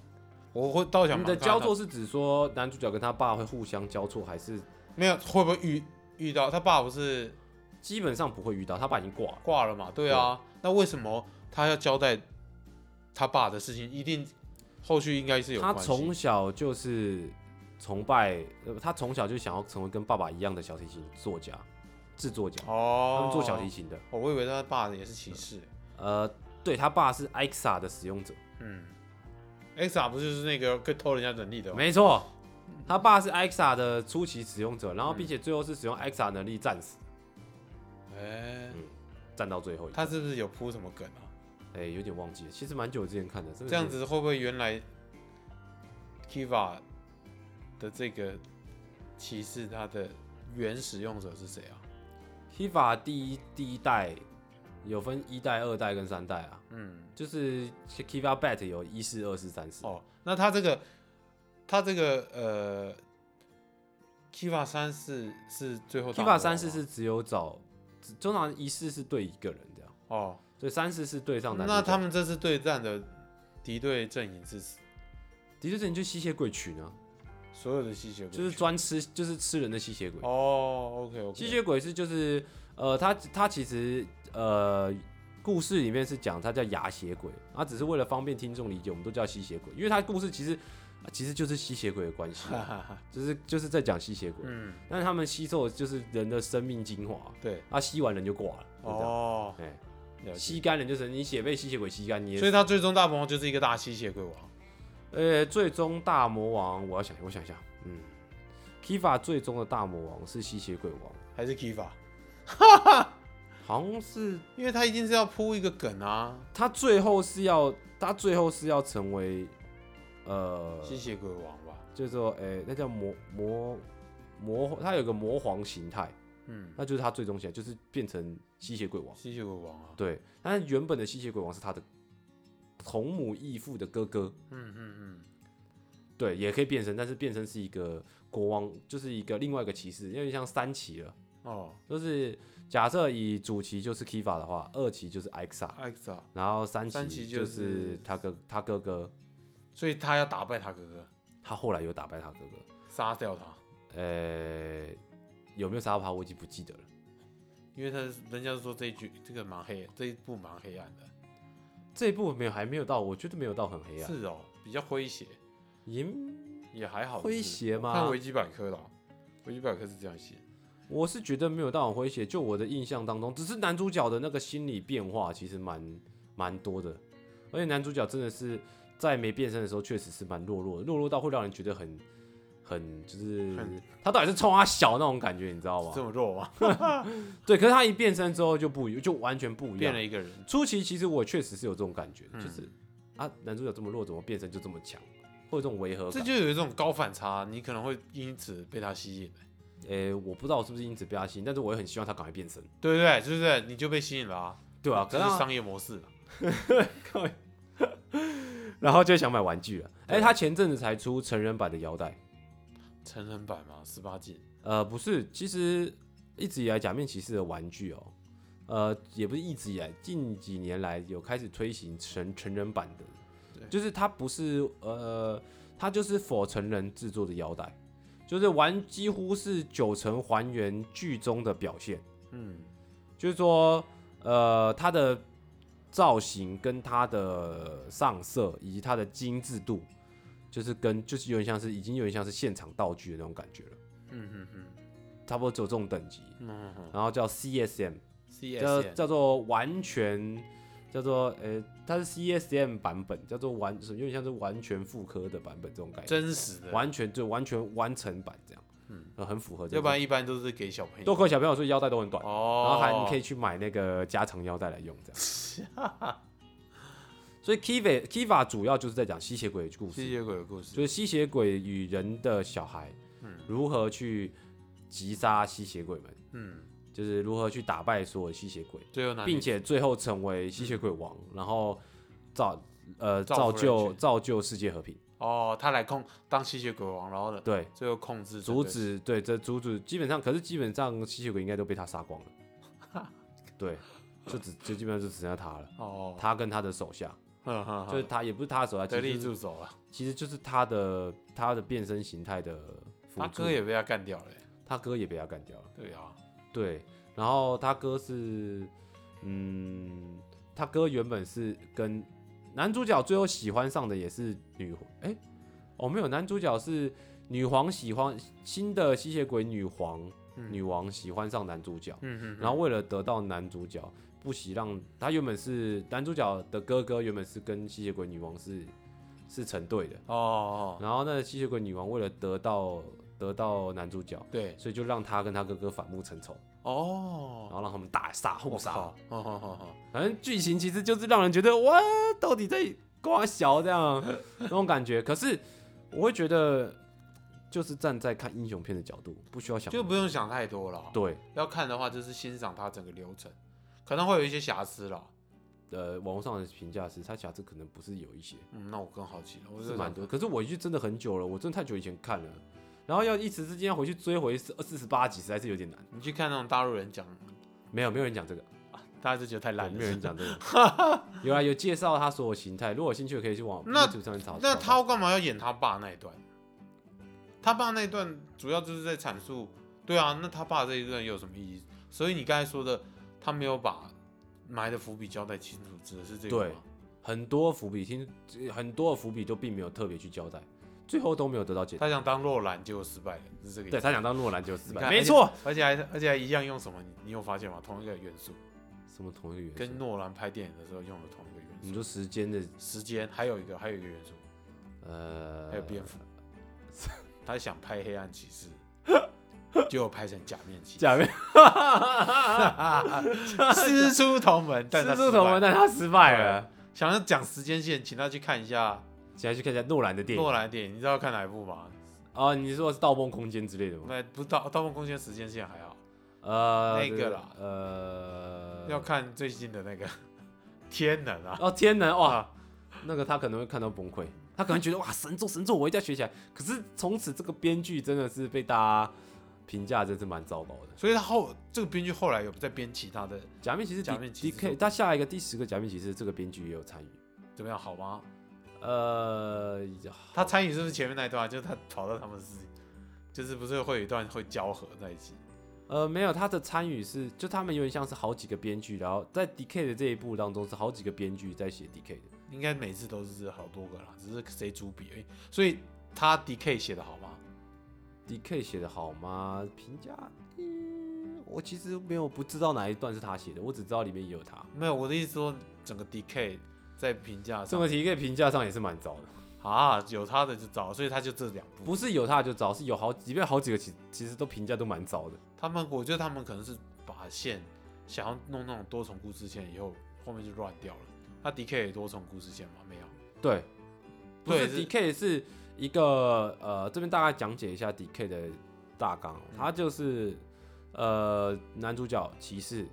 B: 我会倒想
A: 你
B: 蛮
A: 的
B: 看
A: 交
B: 到
A: 错是指说男主角跟他爸会互相交错，还是
B: 没有会不会遇遇到他爸不是
A: 基本上不会遇到？他爸已经挂了。
B: 挂了嘛？对啊，那为什么他要交代他爸的事情？一定后续应该是有
A: 他
B: 关系
A: 从小就是崇拜，呃，他从小就想要成为跟爸爸一样的小提琴作家、制作家，他
B: 哦
A: 们做小提琴的。
B: 哦，我以为他爸也是骑士。
A: 呃，对他爸是 EXA 的使用者，
B: 嗯，XR 不就是那个跟偷人家能力的吗？哦
A: 没错，他爸是 EXA 的初期使用者，然
B: 嗯
A: 后并且最后是使用 EXA 能力战死，
B: 哎、
A: 战到最后一个。
B: 他是不是有铺什么梗啊？
A: 哎、有点忘记了，其实蛮久之前看的，真的是
B: 这样子会不会原来 Kiva 的这个骑士他的原使用者是谁啊？
A: Kiva 第一第一代有分一代、二代跟三代啊，
B: 嗯，
A: 就是 Kiva Bat 有一四、二四、三四。
B: 哦，那他这个他这个呃，Kiva 三四是最后打
A: Kiva
B: 的
A: 三
B: 吗
A: 四是只有找，只通常一四是对一个人这样，
B: 哦，
A: 所以三四是对上男主角。
B: 那他们这次对战的敌对阵营是
A: 的确是你就吸血鬼群啊，
B: 所有的吸血鬼，
A: 就是专吃就是吃人的吸血鬼。
B: 哦，OK OK，
A: 吸血鬼是就是呃，他他其实呃。故事里面是讲他叫牙血鬼，他只是为了方便听众理解，我们都叫吸血鬼，因为他故事其实其实就是吸血鬼的关系啊、
B: 哈哈哈，
A: 就是就是在讲吸血鬼，
B: <laughs> 嗯，
A: 但是他们吸收的就是人的生命精华，
B: 对，
A: 他、吸完人就挂了，就这样，
B: 哦，
A: 哎、
B: 了解。
A: 吸干人就是你血被吸血鬼吸干，你也
B: 所以他最终大魔王就是一个大吸血鬼王，
A: 呃，最终大魔王，我要想，我想一下，嗯，Kiva 最终的大魔王是吸血鬼王，
B: 还是 Kiva？
A: 好像是
B: 因为他一定是要铺一个梗啊，
A: 他最后是要，他最后是要成为，呃，
B: 吸血鬼王吧？
A: 就是说，哎、那叫魔魔魔，它有个魔皇形态，
B: 嗯，
A: 那就是它最终形态，就是变成吸血鬼王。
B: 吸血鬼王啊，
A: 对，但是原本的吸血鬼王是他的同母异父的哥哥，
B: 嗯嗯嗯，
A: 对，也可以变身，但是变身是一个国王，就是一个另外一个骑士，因为像三骑了，
B: 哦
A: 就是假设以主骑就是 Kiva 的话，二骑就是 Xa，
B: ，Exa，
A: 然后三
B: 三
A: 骑
B: 骑就是是
A: 他哥他哥哥，
B: 所以他要打败他哥哥，
A: 他后来有打败他哥哥，
B: 杀掉他，
A: 呃，有没有杀到他我已经不记得了。
B: 因为他人家说这一局这个蛮黑，这一部蛮黑暗的，
A: 这一部没有还没有到，我觉得没有到很黑啊暗，
B: 是哦，比较诙谐，
A: 也
B: 也还好，
A: 诙
B: 是
A: 谐
B: 看
A: 吗？
B: 维基百科啦，维基百科是这样写，
A: 我是觉得没有到很诙谐，就我的印象当中，只是男主角的那个心理变化其实蛮蛮多的，而且男主角真的是在没变身的时候确实是蛮懦弱的，懦弱到会让人觉得很很就是
B: 很
A: 他到底是冲他小那种感觉，你知道
B: 这
A: 吗？
B: 么弱吗？
A: 对，可是他一变身之后就不一就完全不一
B: 变
A: 样。
B: 了一个人，
A: 初期其实我确实是有这种感觉，
B: 嗯
A: 就是啊，男主角这么弱，怎么变身就这么强，会有这种违和
B: 这
A: 感。
B: 就有一种高反差，你可能会因此被他吸引，
A: 诶、我不知道我是不是因此被他吸引，但是我也很希望他赶快变身。
B: 对不对？对不对？你就被吸引了啊，
A: 对啊，可
B: 这
A: 是
B: 是
A: 他
B: 商业模式啊，
A: 然后就想买玩具了。哎、
B: 对
A: 他前阵子才出成人版的腰带，
B: 成人版嘛，十八禁，
A: 呃，不是，其实一直以来假面骑士的玩具哦，呃，也不是一直以来，近几年来有开始推行成成人版的
B: 对，
A: 就是它不是呃，它就是否成人制作的腰带，就是玩几乎是九成还原剧中的表现。
B: 嗯，
A: 就是说，呃，它的造型跟它的上色以及它的精致度，就是跟就是有点像是已经有点像是现场道具的那种感觉了，
B: 嗯嗯嗯
A: 差不多只有这种等级。
B: 嗯嗯
A: 然后叫 CSM，
B: ，C
A: 叫
B: S
A: 叫做完全，叫做呃，它是 CSM 版本，叫做完，有点像是完全复刻的版本这种概念，
B: 真实的，
A: 完全就完全完成版这样，嗯，很符合这个。
B: 要不然一般都是给小朋
A: 多
B: 友。
A: 亏小朋友说腰带都很短，然
B: 哦
A: 后，还你可以去买那个加长腰带来用，这样。 <laughs> 所以 Kiva Kiva 主要就是在讲吸血鬼的故
B: 吸
A: 事，
B: 血鬼的故事
A: 就是吸血鬼与人的小孩，如何去击杀吸血鬼们，
B: 嗯，
A: 就是如何去打败所有吸血鬼，
B: 最后男
A: 并
B: 女
A: 且最后成为吸血鬼王，然后造呃
B: 嗯造
A: 造
B: 福人
A: 就
B: 群
A: 造就世界和平，
B: 哦，他来控当吸血鬼王，然后呢，
A: 对，
B: 最后控制整
A: 阻
B: 个
A: 止对这阻止基本上，可是基本上吸血鬼应该都被他杀光了，对，就只就基本上就只剩下他了，
B: 哦，
A: 他跟他的手下，
B: 呵呵
A: 就是
B: 呵
A: 他也不是他的手下，
B: 得
A: 其
B: 力
A: 实就是
B: 助手了，
A: 其实就是他的他的变身形态的辅
B: 他
A: 助
B: 哥，也被他干掉了欸，
A: 他哥也被他干掉了。
B: 对啊，
A: 对，然后他哥是，嗯，他哥原本是跟男主角最后喜欢上的也是女，哎、哦没有，男主角是女皇喜欢新的吸血鬼女皇、
B: 嗯
A: 女王喜欢上男主角，
B: 嗯嗯，
A: 然后为了得到男主角，不惜让他原本是男主角的哥哥，原本是跟吸血鬼女王是是成对的，
B: 哦哦，
A: 然后那个吸血鬼女王为了得到得到男主角，
B: 对，
A: 所以就让他跟他哥哥反目成仇，然
B: 哦，
A: 后让他们大杀互
B: 我
A: 杀
B: 靠。，好好好好，
A: 反正剧情其实就是让人觉得哇，到底在瓜小这样那种感觉。可是我会觉得，就是站在看英雄片的角度，不需要想
B: 就不用想太多了，
A: 对。
B: 要看的话就是欣赏他整个流程，可能会有一些瑕疵啦，
A: 呃，网络上的评价是，他瑕疵可能不是有一些，
B: 嗯，那我更好奇了，我
A: 是
B: 就
A: 蛮
B: 想
A: 多。可是我已经真的很久了，我真的太久以前看了，然后要一时之间要回去追回四四十八集，实在是有点难。
B: 你去看那种大陆人讲，
A: 没有，没有人讲这个，
B: 大家就觉得太烂
A: 对没有
B: 了
A: 人。讲这个。
B: <laughs>
A: 有啊，有介绍他所有形态，如果有兴趣可以去往
B: 那
A: YouTube 上面找。
B: 那
A: 找到
B: 他干嘛要演他爸那一段？他爸那一段主要就是在阐述，对啊，那他爸这一段又有什么意义？所以你刚才说的，他没有把埋的伏笔交代清楚，指的是这个
A: 对
B: 吗？
A: 很多伏笔，听很多的伏笔都并没有特别去交代，最后都没有得到解答。
B: 他想当洛兰，结果失败了，是这个意
A: 对
B: 思。
A: 他想当诺兰就失
B: 你
A: 败，
B: 看哎
A: 没错。，
B: 而且而且还而且还一样用什么？你你有发现吗？同一个元素，
A: 什么同一个元素？
B: 跟诺兰拍电影的时候用了同一个元
A: 你
B: 素。
A: 说时间的
B: 时间还有一个还有一个元素，还有
A: 呃， <laughs>
B: 蝙蝠。他想拍黑暗骑士，结果拍成假面骑士。
A: 假面
B: 师出同门，但他
A: 蜘蛛头
B: 失败
A: 文，但他失败了。
B: 想要讲时间线，请他去看一现在去看一下
A: 现在去看一下诺兰的电影
B: 诺兰的电影，你知道要看哪一部吗？
A: 啊，你说的是《盗梦空间》之类的吗？
B: 那不到《盗梦空间》时间线还好，
A: 呃，
B: 那个
A: 对
B: 啦
A: 呃，
B: 要看最近的那个 <laughs> 天能啊，
A: 哦，天能哇，
B: 啊，
A: 那个他可能会看到崩溃，他可能觉得哇神作神作，我一定要学起来。可是从此这个编剧真的是被大家评价真是蛮糟糕的。
B: 所以他后这个编剧后来有在编其他的，
A: 假面骑士
B: 假面骑
A: D
B: 士
A: K，他下一个第十个假面骑士这个编剧也有参与，
B: 怎么样好吗？
A: 呃，
B: 他参与是不是前面那一段啊、就是他跑到他们是，就是不是会有一段会交合在一起？
A: 呃，没有，他的参与是，就他们有点像是好几个编剧，然后在 D K 的这一部当中是好几个编剧在写 D K 的。
B: 应该每次都是好多个啦，只是谁主笔而已。所以他 DK 写的好吗？
A: D K 写的好吗？评价，嗯，我其实没有不知道哪一段是他写的，我只知道里面也有他。
B: 没有，我的意思说整个 DK 在评价
A: 这
B: 上
A: 个题 K 评价上也是蛮糟的，
B: 啊，有他的就糟，所以他就这两部。
A: 不是有他就糟，是有好几里面好几个其其实都评价都蛮糟的。
B: 他们我觉得他们可能是把线想要弄那种多重故事线，以后后面就乱掉了。他 DK 有多重故事线吗？没有。
A: 对，不是
B: 对
A: D
B: 是
A: K 是一个呃，这边大概讲解一下 D K 的大纲哦，
B: 嗯
A: 他就是呃男主角骑士，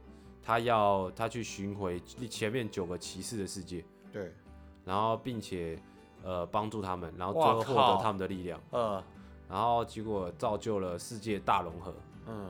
A: 他要他去巡回前面九个骑士的世界，
B: 对，
A: 然后并且呃帮助他们，然后最
B: 哇
A: 后获
B: 靠
A: 得他们的力量。
B: 呃，
A: 然后结果造就了世界大融合。
B: 嗯，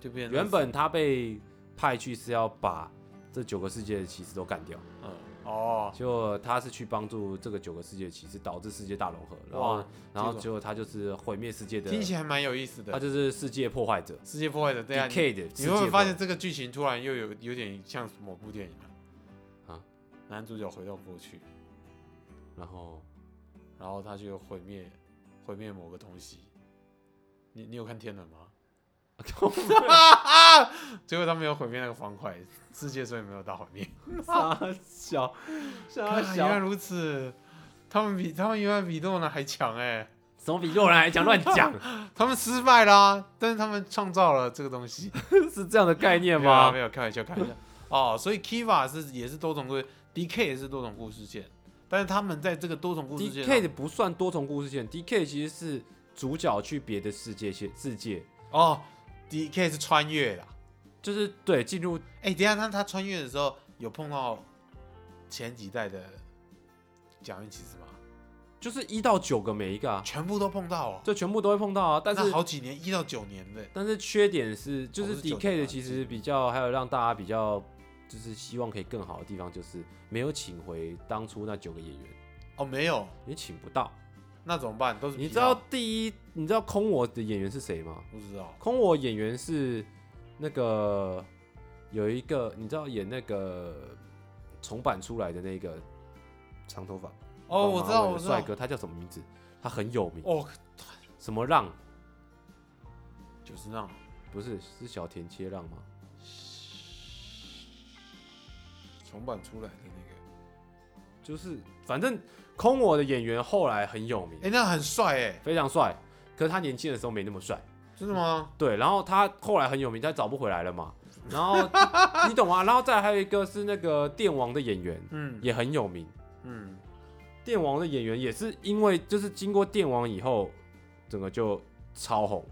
B: 就变成
A: 原本他被派去是要把这九个世界的骑士都干掉，
B: 嗯哦
A: 结果他是去帮助这个九个世界的骑士，导致世界大融合。然后
B: 哇，
A: 然后
B: 结果
A: 结果他就是毁灭世界的，
B: 听起来蛮有意思
A: 他
B: 的。
A: 就是世界破坏者
B: 世界破坏者对啊，你
A: ，Decade 世
B: 你
A: 界
B: 会不
A: 破
B: 会发
A: 坏
B: 现
A: 者。
B: 这个剧情突然又有有点像某部电影啊？
A: 啊，
B: 男主角回到过去，
A: 然
B: <laughs>
A: 后
B: 然后他就毁灭毁灭某个东西。你你有看《天能》
A: <laughs>
B: 吗？啊啊！结果他没有毁灭那个方块，世界所以没有大毁
A: <laughs>
B: 灭。
A: 傻小傻
B: 啊，原来
A: 小，
B: 如此，他们比他们原来比诺兰还强哎、
A: 什么比肉人还强？乱
B: <laughs>
A: 讲，
B: 他们失败啦、但是他们创造了这个东西。
A: 是这样的概念
B: 没有啊
A: 吗
B: 没？有，开玩笑，开玩笑。 <laughs> 哦，所以 Kiva 是也是多重故事，DK 也是多种故事线，但是他们在这个多种故事
A: D
B: 线
A: K
B: 上
A: 的不算多重故事线，D K 其实是主角去别的世界线世界，
B: 哦，DK 是穿越啦。
A: 就是对进入
B: 哎、等一下他他穿越的时候有碰到前几代的假面骑士吗？
A: 就是一到九个每一个啊，
B: 全部都碰到哦，
A: 这全部都会碰到啊。但
B: 那
A: 是
B: 好几年一到九年的，
A: 但是缺点是，就
B: 哦
A: 是
B: 是九
A: D
B: 个
A: K 的
B: 啊
A: 其实比较，还有让大家比较就是希望可以更好的地方，就是没有请回当初那九个演员，
B: 哦没有，
A: 也请不到。
B: 那怎么办？都是
A: 你
B: 皮
A: 知道
B: 套
A: 第一，你知道空我的演员是谁吗？
B: 不知道？
A: 空我演员是那个有一个，你知道演那个重版出来的那个长头发
B: 哦，我知
A: 绑
B: 道，
A: 马尾的
B: 我知
A: 帅
B: 道，
A: 哥，他叫什么名字？他很有名，
B: 哦，
A: 什么让？
B: 就是那种
A: 不是是小田切让吗？
B: 重版出来的那
A: 就是反正空我的演员后来很有名
B: 个，哎、，那很帅哎，
A: 非常帅。可是他年轻的时候没那么帅，
B: 真的吗？
A: 对。然后他后来很有名，他找不回来了嘛。然后你懂吗？然后再还有一个是那个电王的演员
B: 嗯
A: 也很有名，
B: 嗯，
A: 电王的演员也是因为就是经过电王以后，整个就超红。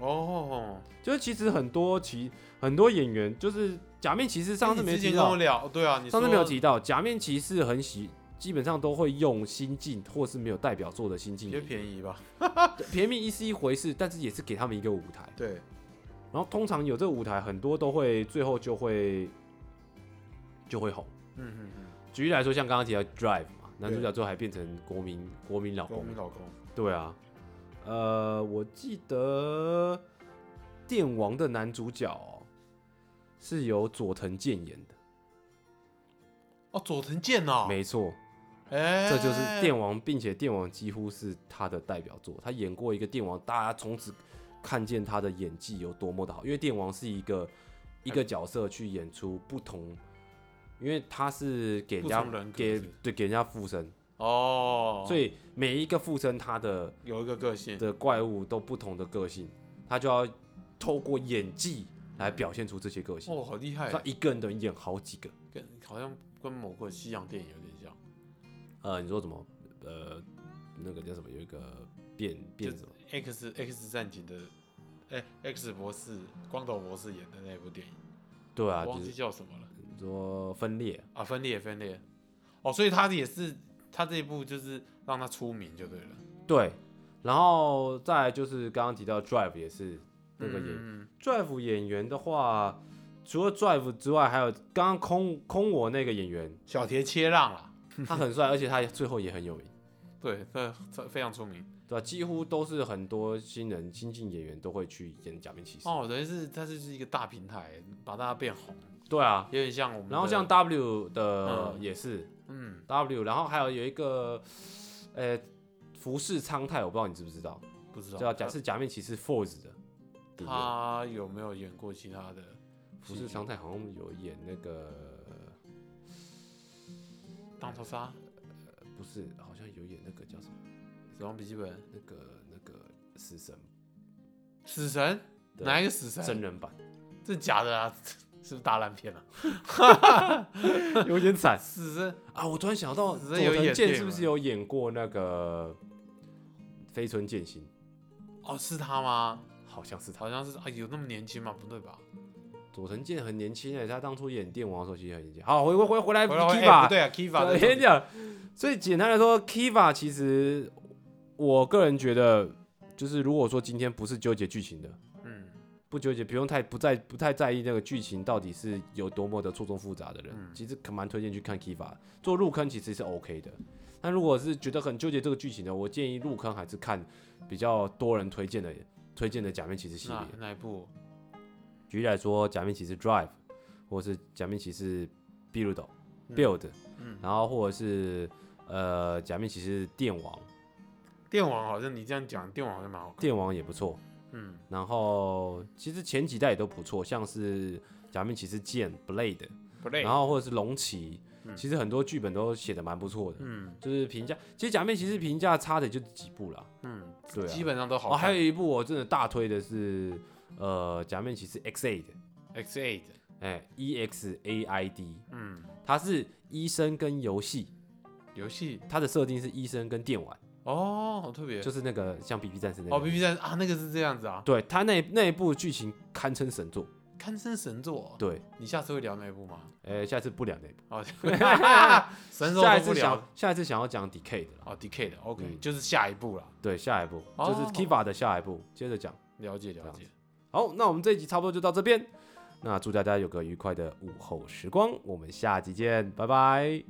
B: 哦，
A: 就是其实很多其很多演员，就是假面骑士上次
B: 哎你
A: 没
B: 之前
A: 提
B: 跟我
A: 到，
B: 聊，对啊，你
A: 上次
B: 说
A: 没有提到假面骑士很喜，基本上都会用新晋或是没有代表作的新晋
B: 比
A: 演
B: 较
A: 员
B: 便宜吧？
A: 便宜是一回事，但是也是给他们一个舞台。
B: 对，
A: 然后通常有这个舞台，很多都会最后就会就会红。
B: 嗯嗯嗯，
A: 举例来说，像刚刚提到《Drive》嘛，男主角最后还变成国民国民老
B: 跟我
A: 公
B: 们。老公，
A: 对啊，呃，我记得电王的男主角哦、是由佐藤健演的，
B: 哦，佐藤健哦，
A: 没错，
B: 哎，
A: 这就是电王，并且电王几乎是他的代表作。他演过一个电王，大家从此看见他的演技有多么的好，因为电王是一个一个角色去演出不同，因为他是给人家
B: 不同人格
A: 给
B: 是不是
A: 对给人家附身，
B: 哦，
A: 所以每一个附身他的
B: 有一个个性，
A: 的怪物都不同的个性，他就要透过演技来表现出这些个性。
B: 哦，好厉害
A: 他，一个人能演好几个，
B: 跟好像跟某个西洋电影有点像，
A: 呃，你说什么？呃，那个叫什么？有一个变变
B: 就
A: 什么？
B: X X 战警的，哎、x 博士，光头博士演的那部电影，
A: 对啊，
B: 我
A: 就
B: 忘记
A: 是
B: 叫什么了
A: 你说分裂，
B: 啊，分裂分裂，哦，所以他也是他这一部就是让他出名就对了，
A: 对，然后再来就是刚刚提到 Drive 也是那个演、
B: 嗯
A: Drive 演员的话，除了 Drive 之外，还有刚刚空空我那个演
B: <laughs>
A: 员，
B: 小田切让啦，
A: 他很帅，而且他最后也很有名，
B: 对，他他非常出名
A: 对吧、几乎都是很多新人新晋演员都会去演假面骑士。
B: 哦，等于是他就是一个大平台，把大家变红，
A: 对啊，
B: 有点像我们的，
A: 然后像 W 的
B: 啊嗯
A: 也是、
B: 嗯
A: W，然后还有有一个，呃，服饰苍太，我不知道你知不知道，
B: 不知道，啊
A: 叫假是假面骑士 Force 的，对不对？
B: 他有没有演过其他的？
A: 服饰苍太好像有演那个，
B: 当头杀、
A: 呃不是，好像有演那个叫什么，
B: 死亡笔记本、
A: 那个那个死神
B: 死神，
A: 对
B: 哪一个死神？
A: 真人版，
B: <laughs> 这假的啊？ <laughs> 是不是大烂片啊？
A: 有点惨
B: 死神
A: 啊！我突然想到，
B: 死
A: 佐
B: 神有
A: 藤
B: 演
A: 健
B: 电
A: 是不
B: 影
A: 是有演过那个飞村剑心？
B: 哦，是他吗？
A: 好像是他。
B: 好像是啊，有那么年轻吗？不对吧？
A: 佐藤健很年轻诶，欸他当初演电王的时候其实很年轻。好，回回回回来
B: 回来回
A: Kiva，
B: 来、哎不对啊，Kiva
A: 我
B: 的
A: <laughs> 跟你讲，所以简单来说，Kiva 其实我个人觉得，就是如果说今天不是纠结剧情的，
B: 嗯
A: 不纠结，不用太不在不太在意那个剧情到底是有多么的错综复杂的人，
B: 嗯
A: 其实可蛮推荐去看 Kiva 做入坑，其实是 OK 的。但如果是觉得很纠结这个剧情的，我建议入坑还是看比较多人推荐的推荐的假面骑士系列
B: 那。哪一部？
A: 举例来说，假面骑士 Drive，或者是假面骑士 Build、
B: 嗯
A: Build，
B: 嗯，
A: 然后或者是呃假面骑士电王，
B: 电网好像你这样讲，电网好像蛮好看。
A: 电王也不错。
B: 嗯
A: 然后其实前几代也都不错，像是假面骑士剑 Blade，
B: ，Play，
A: 然后或者是龙骑，
B: 哎嗯
A: 其实很多剧本都写的蛮不错的。
B: 嗯
A: 就是评价，其实假面骑士评价差的就几部啦。
B: 嗯，
A: 对啊
B: 基本上都好
A: 哦，
B: 看。
A: 还有一部我真的大推的是，呃，假面骑士 X A 的，
B: X Eight，
A: 哎，E X A I D，
B: 嗯，
A: 它是医生跟游戏，
B: 游戏
A: 它的设定是医生跟电玩，
B: 哦，好特别。
A: 就是那个像 B B 战士那
B: 哦
A: 个。
B: ，B B 站啊，那个是这样子啊，
A: 对他那那一部剧情堪称神作。
B: 堪称神作。
A: 对，
B: 你下次会聊那一部吗？
A: 呃，下次不聊那一部，
B: 哦， <laughs> 神作
A: 下一
B: 都不
A: 次
B: 聊。
A: 想下一次想要讲 Decay 的啦。
B: 哦，DK 的，OK，、
A: 嗯
B: 就是下一步啦。
A: 对，下一部
B: 哦
A: 就是 Kiva 的下一部，接着讲。
B: 了解
A: 这
B: 了
A: 样
B: 解，
A: 好，那我们这一集差不多就到这边。那祝大家有个愉快的午后时光，我们下集见，拜拜。